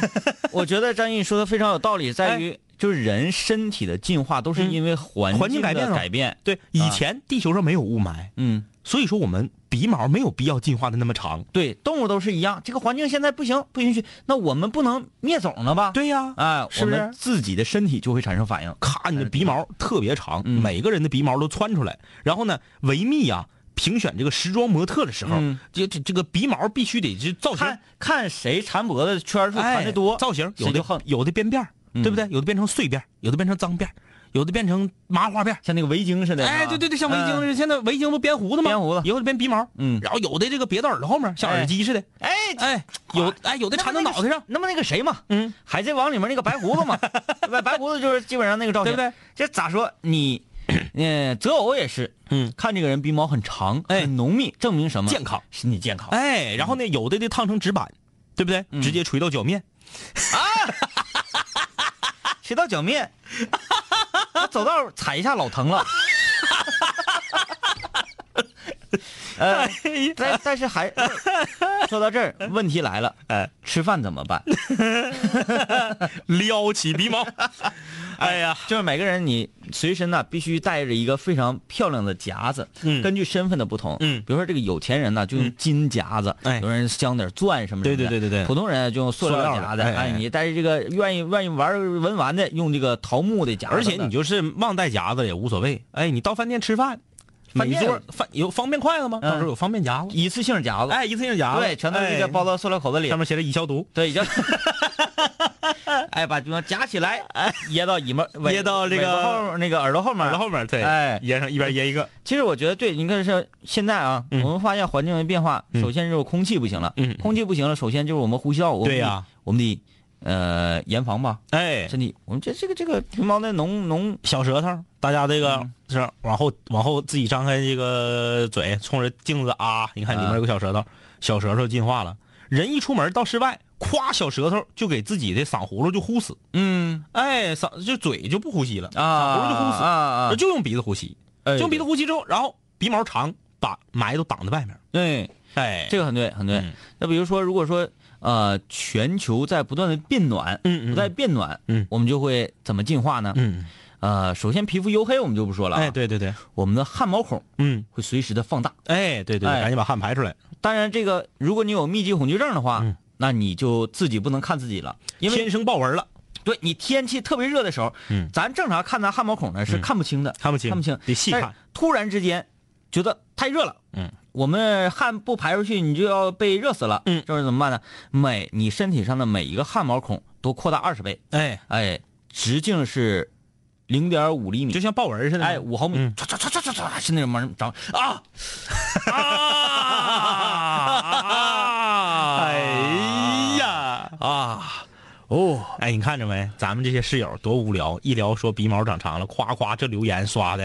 我觉得张毅说的非常有道理，哎在于就是人身体的进化都是因为环嗯环境改改变了改变，对，以前地球上没有雾霾，嗯，所以说我们鼻毛没有必要进化的那么长。对，动物都是一样，这个环境现在不行，不允许，那我们不能灭种了吧？，对呀、哎，是不我是嗯们自己的身体就会产生反应，咔，你的鼻毛特别长，嗯每个人的鼻毛都窜出来。然后呢，维密呀、评选这个时装模特的时候，嗯这这这个鼻毛必须得这造型看看谁缠脖子圈数缠哎的多，造型谁有就的横，有的编辫儿嗯对不对？有的变成碎辫儿有的变成脏辫儿有的变成麻花辫儿像那个围巾似的，哎，是吧对对对，像围巾似嗯的，现在围巾不编胡子吗？编胡子以后就编鼻毛，嗯然后有的这个别到耳朵后面，像哎耳机似的，哎哎，有哎有的那缠不到那个脑袋上，那么那个谁嘛，嗯， 《海贼王》里面那个白 *laughs* 胡子嘛，对吧白胡子就是基本上那个造对型，不对？这咋说你，嗯、择偶也是，嗯，看这个人鼻毛很长，哎很浓密，证明什么？健康，身体健康。哎，然后呢，有的得烫成直板，对不对？直接垂到脚面，谁到脚面，我走道踩一下老 *laughs* 疼了。哎呃，但但是还说到这儿，问题来了，哎，吃饭怎么办？撩起鼻 *laughs* 毛，哎呀，就是每个人你随身呢、必须带着一个非常漂亮的夹子，嗯根据身份的不同，嗯比如说这个有钱人呢、就用金夹子，哎有人镶点钻什么什么的，对对对对对普通人啊就用塑塑料料的夹子，哎哎你带着这个愿意愿意玩文玩的，用这个桃木的夹子， *laughs* 而且你就是忘带夹子也无所谓，哎，你到饭店吃饭，饭每店桌饭有方便筷子吗？嗯到时候有方便夹子，一次性夹子，哎，一次性夹子，对，全都是这个哎包到塑料口子里，上面写着已消毒，对，已经， *laughs* 哎，把对方夹起来，掖到尾巴，尾哎掖到这尾巴个后那个耳朵后面，然后后面对，哎掖上一边掖一个，其实我觉得对，你看是现在啊，嗯我们发现环境的变化，嗯首先就是空气不行了，嗯空气不行了，首先就是我们呼吸道，我们对呀我们得呃严防吧，哎，身体，我们这这个这个鼻毛的浓浓，小舌头，大家这嗯个是往后往后自己张开这个嘴，冲着镜子啊，你看里面有个小舌头，小舌头进化了，人一出门到室外，夸小舌头就给自己的嗓葫芦就呼死，嗯哎，嗓就嘴就不呼吸了，啊嗓葫芦就呼死，啊啊，就用鼻子呼吸，哎就用鼻子呼吸之后，然后鼻毛长，把霾都挡在外面。对，哎，这个很对很对嗯。那比如说，如果说呃全球在不断的变暖，嗯嗯不断地变暖，嗯我们就会怎么进化呢？嗯，呃，首先皮肤黝黑我们就不说了，啊哎，，对对对，我们的汗毛孔嗯，会随时的放大。哎，对对对，哎赶紧把汗排出来。当然，这个如果你有密集恐惧症的话，嗯那你就自己不能看自己了，因为天生豹纹了，对你天气特别热的时候，嗯咱正常看咱汗毛孔呢是看不清的，看不清，看不清，得细但看是。突然之间觉得太热了，嗯，我们汗不排出去，你就要被热死了，嗯这会儿怎么办呢？每你身体上的每一个汗毛孔都扩大二十倍，哎，哎，直径是零点五厘米，就像豹纹似的。哎，五毫米，嗯唰唰唰唰唰唰，是那种往上长啊！啊， *laughs* 哎呀啊。哦，哎，你看着没？咱们这些室友多无聊，一聊说鼻毛长长了，夸夸这留言刷的，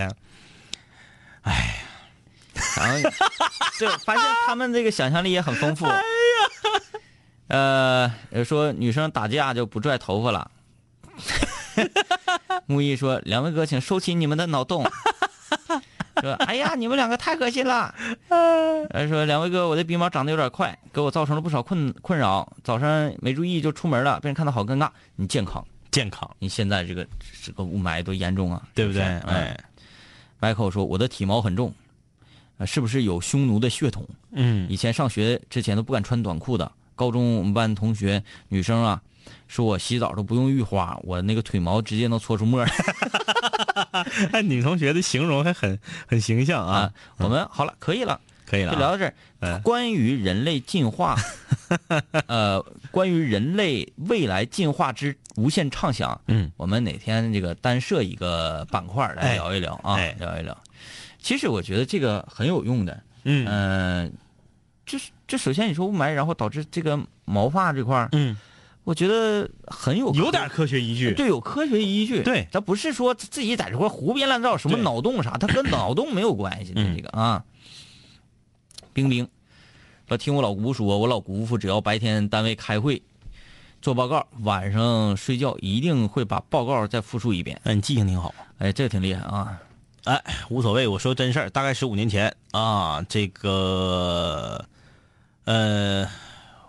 然后就发现他们这个想象力也很丰 *laughs* 富。哎呀，呃，有说女生打架就不拽头发 *laughs* 了。木易说：“两位哥，请收起你们的脑 *laughs* 洞。”说：“哎呀，你们两个太可惜了。”呃，说两位哥，我的鼻毛长得有点快，给我造成了不少困困扰。早上没注意就出门了，被人看到好尴尬。你健康，健康，你现在这个这个雾霾多严重啊，对不对？是是嗯哎， Michael 说：“我的体毛很重，呃，是不是有匈奴的血统？嗯，以前上学之前都不敢穿短裤的。高中我们班同学女生啊，说我洗澡都不用浴花，我那个腿毛直接能搓出沫儿来哎，女同学的形容还很很形象啊啊。”我们好了，可以了，可以就了、啊，聊到这儿。嗯关于人类 *laughs* 进化，呃，关于人类未来进化之无限畅想，嗯，我们哪天这个单设一个板块儿来哎聊一聊啊，哎聊一聊。其实我觉得这个很有用的，呃嗯嗯，这这首先你说雾霾，然后导致这个毛发这块儿，嗯，我觉得很有有点科学依据，对，有科学依据。对，咱不是说自己在这块胡编乱造什么脑洞啥，它跟脑洞没有关系的嗯这个啊。冰冰，我听我老姑说，我老姑父只要白天单位开会做报告，晚上睡觉一定会把报告再复述一遍。哎，你记性挺好。哎，这挺厉害啊。哎，无所谓，我说真事儿，大概十五年前啊，这个，呃，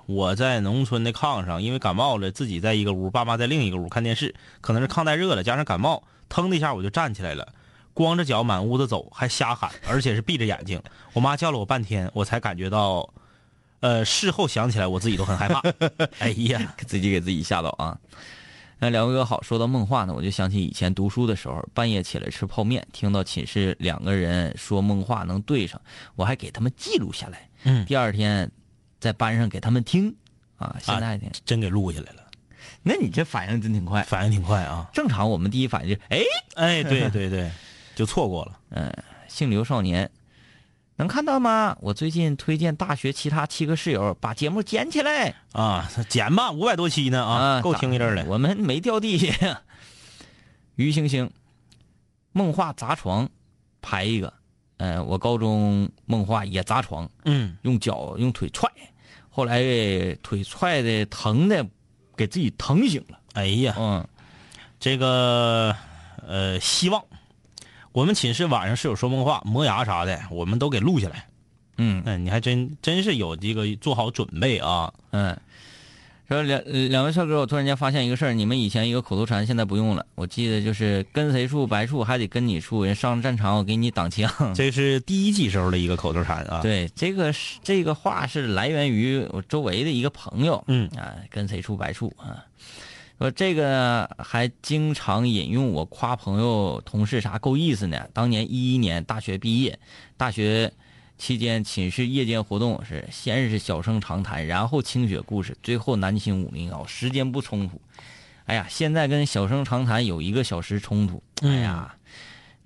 我在农村的炕上，因为感冒了，自己在一个屋，爸妈在另一个屋看电视，可能是炕太热了，加上感冒，腾的一下我就站起来了，光着脚满屋子走，还瞎喊，而且是闭着眼睛，我妈叫了我半天，我才感觉到，呃，事后想起来我自己都很害怕，哎呀，自己给自己吓到啊。那两位哥好，说到梦话呢，我就想起以前读书的时候，半夜起来吃泡面，听到寝室两个人说梦话能对上，我还给他们记录下来。嗯第二天在班上给他们听啊，现在听。 *laughs* 真给录下来了，那你这反应真挺快，反应挺快啊，正常我们第一反应就是哎，哎，对对 *laughs* 对，就错过了，嗯，姓刘少年，能看到吗？我最近推荐大学其他七个室友把节目捡起来啊，剪吧，五百多期呢啊，够听一阵儿了。我们没掉地 *laughs* 下。于星星，梦话砸床，排一个。呃，我高中梦话也砸床，嗯，用脚用腿踹，后来腿踹的疼的，给自己疼醒了。哎呀，嗯，这个呃，希望我们寝室晚上室友说梦话、磨牙啥的，我们都给录下来。嗯嗯，你还真真是有这个做好准备啊！嗯，说两两位帅哥，我突然间发现一个事儿，你们以前一个口头禅现在不用了，我记得就是跟谁处白处还得跟你处，人上战场我给你挡枪。这是第一季时候的一个口头禅啊。，对，这个是这个话是来源于我周围的一个朋友，嗯啊，跟谁处白处啊。说这个还经常引用我夸朋友、同事啥够意思呢。当年一一年大学毕业，大学期间寝室夜间活动是先是小声长谈，然后清雪故事，最后南秦五零幺，哦时间不冲突。哎呀，现在跟小声长谈有一个小时冲突，哎呀，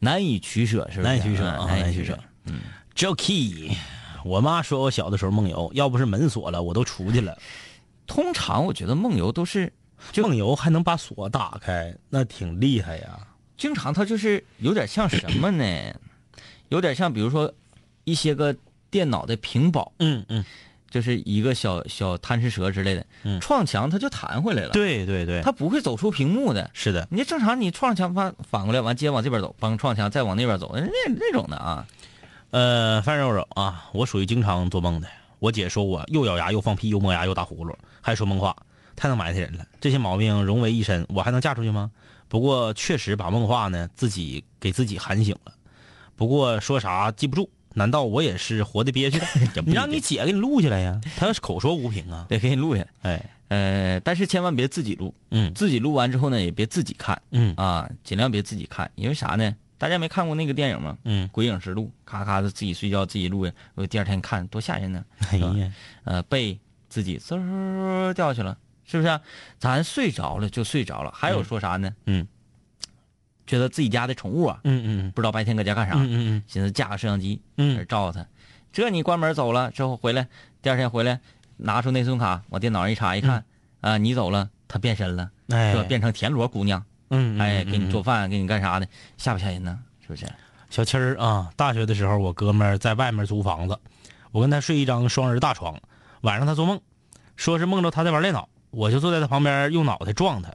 难以取舍，是不是？嗯难以取舍嗯啊，难难以以取取舍舍。。Jockey，我妈说我小的时候梦游，要不是门锁了，我都出 *laughs* 去了。通常我觉得梦游都是梦游还能把锁打开，那挺厉害呀。经常，它就是有点像什么呢？有点像，比如说一些个电脑的屏保，嗯嗯，就是一个小小贪吃蛇之类的，嗯撞墙它就弹回来了，，对对对，它不会走出屏幕的。是的。你正常，你撞墙反反过来，完接着往这边走，帮撞墙再往那边走，那那种的啊，呃，范肉肉啊，我属于经常做梦的。我姐说我又咬牙又放屁又磨牙又打呼噜，还说梦话，太能埋汰人了。这些毛病融为一身，我还能嫁出去吗？不过确实把梦话呢自己给自己喊醒了。不过说啥记不住，难道我也是活的 *laughs* 憋屈的？你让你姐给你录下来呀，她要是口说无凭啊。得给你录下。 *laughs* 哎，呃，但是千万别自己录，嗯自己录完之后呢，也别自己看嗯啊，尽量别自己看，因为啥呢？大家没看过那个电影吗？嗯《鬼影实录》，咔咔的自己睡觉自己录的，我第二天看多吓人呢。哎呀，呃，被自己嗖儿掉下去了，是不是啊、咱睡着了就睡着了。还有说啥呢？嗯觉得自己家的宠物啊，嗯嗯不知道白天搁家干啥，嗯嗯寻思架个摄像机，嗯在这照它。这你关门走了之后回来，第二天回来拿出内存卡往电脑上一插一看，啊、你走了，它变身了，嗯，哎是吧？，变成田螺姑娘，嗯哎，给你做。做饭，给你干啥的，吓不吓人呢？是不是？小七儿啊，大学的时候我哥们儿在外面租房子，我跟他睡一张双人大床。晚上他做梦，说是梦着他在玩电脑，我就坐在他旁边用脑袋撞他。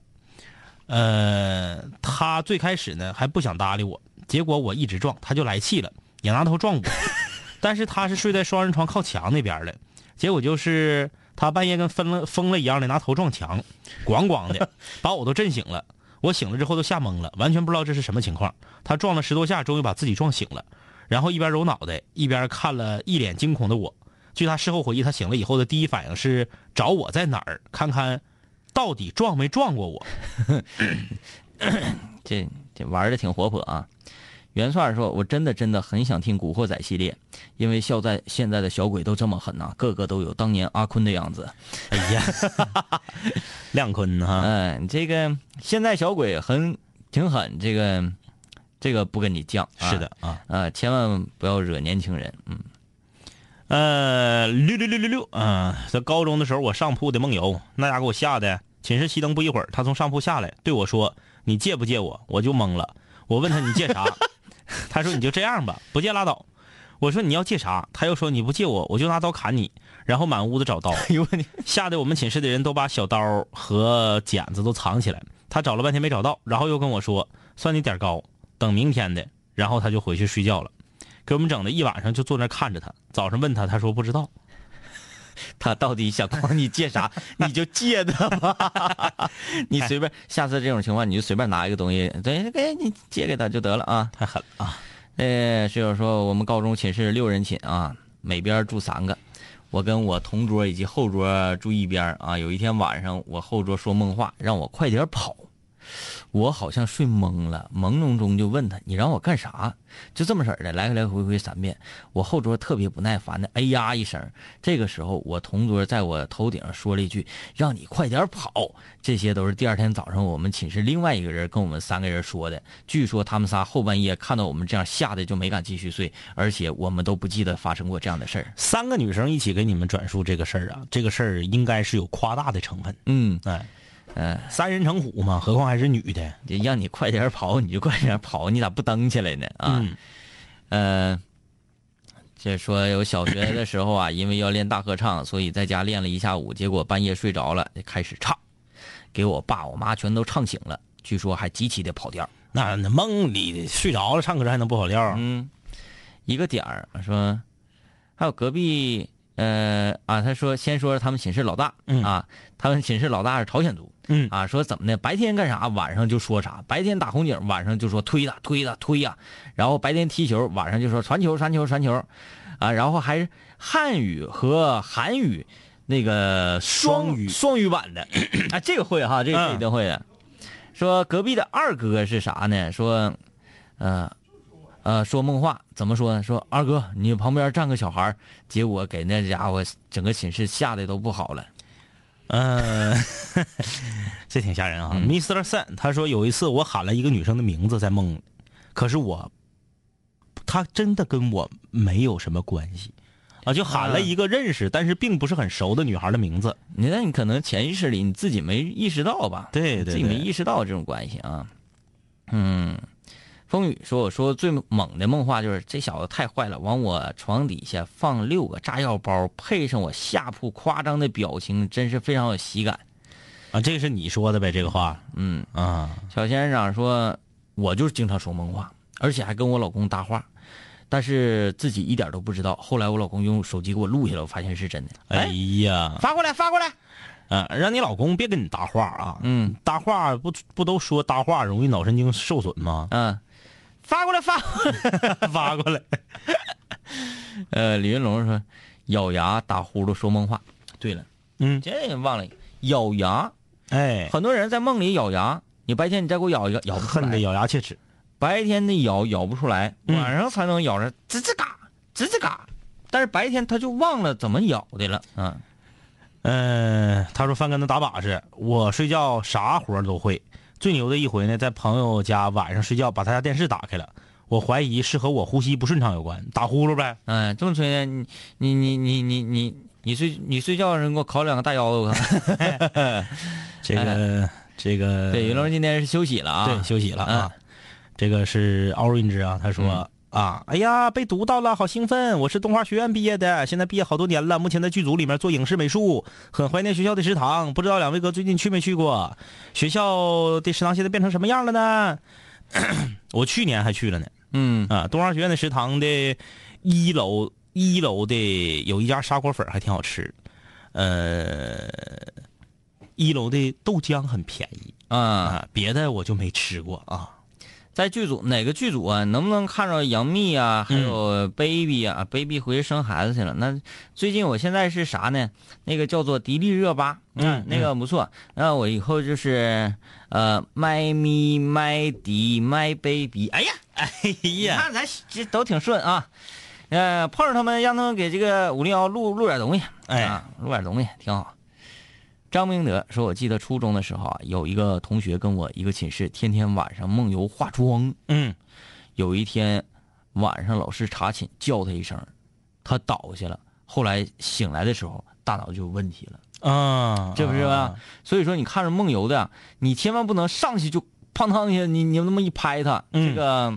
呃，他最开始呢还不想搭理我，结果我一直撞，他就来气了，也拿头撞我。 *laughs* 但是他是睡在双人床靠墙那边的，结果就是他半夜跟疯了疯了一样的拿头撞墙，咣咣的 *laughs* 把我都震醒了。我醒了之后都吓懵了，完全不知道这是什么情况。他撞了十多下，终于把自己撞醒了，然后一边揉脑袋，一边看了一脸惊恐的我。据他事后回忆，他醒了以后的第一反应是找我在哪儿，看看到底撞没撞过我。这这玩的挺活泼啊。袁帅儿说：“我真的真的很想听《古惑仔》系列，因为笑在现在的小鬼都这么狠呐、个个都有当年阿坤的样子。哎呀， *laughs* 亮坤哈，哎，你这个现在小鬼很挺狠，这个这个不跟你犟、*laughs* 啊。是的，啊，啊，千万不要惹年轻人。嗯，啊呃，六六六六六，嗯，在高中的时候我上铺的梦游，那家给我吓得寝室熄灯不一会儿，他从上铺下来对我说：“你借不借我？”我就懵了。我问他：“你借啥？” *laughs* 他说：“你就这样吧，不借拉倒。”我说：“你要借啥？”他又说：“你不借我，我就拿刀砍你。”然后满屋子找刀，吓得我们寝室的人都把小刀和剪子都藏起来。他找了半天没找到，然后又跟我说：“算你点儿高，等明天的。”然后他就回去睡觉了，给我们整的一晚上就坐那儿看着他。早上问他，他说不知道。他到底想管你借啥， *laughs* 你就借他吧。 *laughs* 你随便，下次这种情况你就随便拿一个东西，对，给你借给他就得了啊。太狠了啊！呃，室友说我们高中寝室六人寝啊，每边住三个，我跟我同桌以及后桌住一边啊。有一天晚上，我后桌说梦话，让我快点跑。我好像睡懵了，朦胧中就问他：“你让我干啥？”就这么式儿的，来来回回三遍。我后桌特别不耐烦的“哎呀”一声。这个时候，我同桌在我头顶上说了一句：“让你快点跑。”这些都是第二天早上我们寝室另外一个人跟我们三个人说的。据说他们仨后半夜看到我们这样，吓得就没敢继续睡，而且我们都不记得发生过这样的事儿。三个女生一起给你们转述这个事儿啊，这个事儿应该是有夸大的成分。嗯，哎，嗯、三人成虎嘛，何况还是女的。就让你快点跑，你就快点跑，你咋不蹬起来呢？啊，呃，这说有小学的时候啊，因为要练大合唱，所以在家练了一下午，结果半夜睡着了，就开始唱，给我爸我妈全都唱醒了，据说还极其的跑调。那那梦里睡着了，唱歌还能不跑调？嗯，一个点儿说，还有隔壁呃啊，他说先说他们寝室老大、啊，他们寝室老大是朝鲜族，嗯啊，说怎么的，白天干啥，晚上就啊说啥，白天打红警，晚上就说推他推他推呀、啊然后白天踢球，晚上就说传球传球传球，啊，然后还是汉语和韩语那个双语双语版的，啊，这个会哈，这个这一定会的。说隔壁的二哥是啥呢？说，呃，呃，说梦话怎么说呢？说二哥，你旁边站个小孩儿，结果给那家伙整个寝室吓得都不好了。嗯、 *laughs* 这挺吓人啊。Mr. Sun 他说有一次我喊了一个女生的名字在梦里，可是我，她真的跟我没有什么关系啊，就喊了一个认识、但是并不是很熟的女孩的名字。你那你可能潜意识里你自己没意识到吧？对对自己没对，意识到这种关系啊。嗯，风雨说：“我说最猛的梦话就是这小子太坏了，往我床底下放六个炸药包，配上我下铺夸张的表情，真是非常有喜感。”啊，这个是你说的呗，这个话嗯，啊，小仙人掌说：“我就是经常说梦话，而且还跟我老公搭话，但是自己一点都不知道。后来我老公用手机给我录下来，我发现是真的。哎哎，呀，发过来，发过来。嗯、让你老公别跟你搭话啊，嗯搭话不不都说搭话容易脑神经受损吗？嗯，发过来，发。 *laughs* 发过来，呃，李云龙说：咬牙打呼噜说梦话。对了，嗯，这也忘了咬牙。哎，很多人在梦里咬牙，你白天你再给我咬一个，咬不出恨得来。咬牙切齿。白天的咬咬不出来，嗯晚上才能咬着吱吱嘎吱吱嘎，但是白天他就忘了怎么咬的了。嗯，嗯，他说翻跟头打把式，我睡觉啥活儿都会。最牛的一回呢，在朋友家晚上睡觉，把他家电视打开了，我怀疑是和我呼吸不顺畅有关，打呼噜呗。哎，这么吹呢？你你你你你你你睡你睡觉的时候给我烤两个大腰子，*laughs* *laughs* 我看。这个、这个哎对，云龙今天是休息了啊，对休息了啊。这个是 Orange 啊，他嗯说、啊，哎呀，被读到了，好兴奋！我是动画学院毕业的，现在毕业好多年了，目前在剧组里面做影视美术，很怀念学校的食堂。不知道两位哥最近去没去过？学校的食堂现在变成什么样了呢？我去年还去了呢。嗯，啊，东华学院的食堂的一楼一楼的有一家砂锅粉儿还挺好吃，呃，一楼的豆浆很便宜嗯啊，啊，别的我就没吃过啊。在剧组哪个剧组啊？能不能看着杨幂啊，还有嗯 baby 啊、b a b y 回去生孩子去了？那最近我现在是啥呢？那个叫做迪丽热巴，嗯那个不错。那我以后就是呃，my me my 迪 my baby，哎呀。哎你呀，看咱这都挺顺啊。呃，碰上他们，让他们给这个五零幺录录点东西，哎啊，录点东西挺好。张明德说：“我记得初中的时候啊，有一个同学跟我一个寝室，天天晚上梦游化妆。嗯，有一天晚上，老师查寝叫他一声，他倒下了。后来醒来的时候，大脑就有问题了。啊，这不是吧？所以说你看着梦游的，你千万不能上去就砰当一下，你你那么一拍他，这个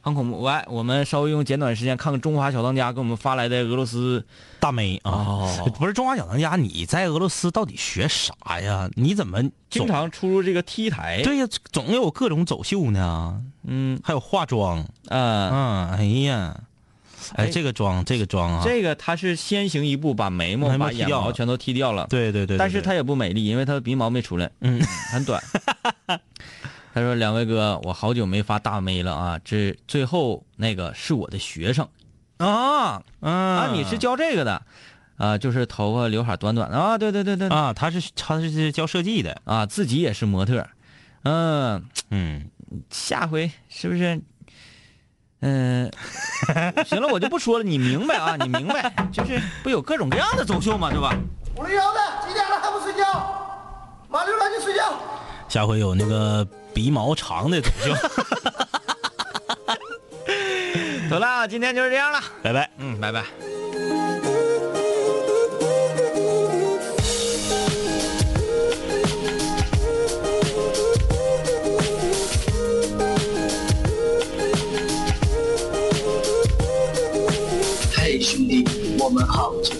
很恐怖。来，我们稍微用简短时间看看中华小当家给我们发来的俄罗斯大美啊，哦不是中华小当家，你在俄罗斯到底学啥呀？你怎么经总常出入这个 T 台？对呀，总有各种走秀呢，嗯还有化妆，啊，嗯，哎呀，哎，哎这个妆，这个妆啊，这个他是先行一步把眉毛、眉毛把剃眼掉毛了全都剃掉了，对对对，对但是对他也不美丽，因为他的鼻毛没出来，嗯，很短。他说：“两位哥，我好久没发大妹了啊！这最后那个是我的学生啊，嗯啊，你是教这个的，啊，就是头发刘海短短的啊，对对对对啊啊，他是他是教设计的，自己也是模特儿，嗯、嗯，下回是不是？嗯、 *laughs* 行了，我就不说了，你明白啊，你明白，就是不有各种各样的走秀嘛，对吧？五零幺的几点了还不睡觉？马六赶紧睡觉！下回有那个鼻毛长的走 *laughs* 秀，得了啊，今天就是这样了，拜拜。嗯，拜拜。嘿，兄弟，我们好久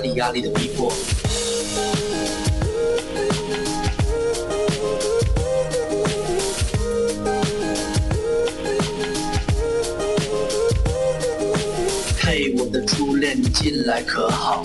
里压力的逼迫。嘿，我的初恋，你近来可好？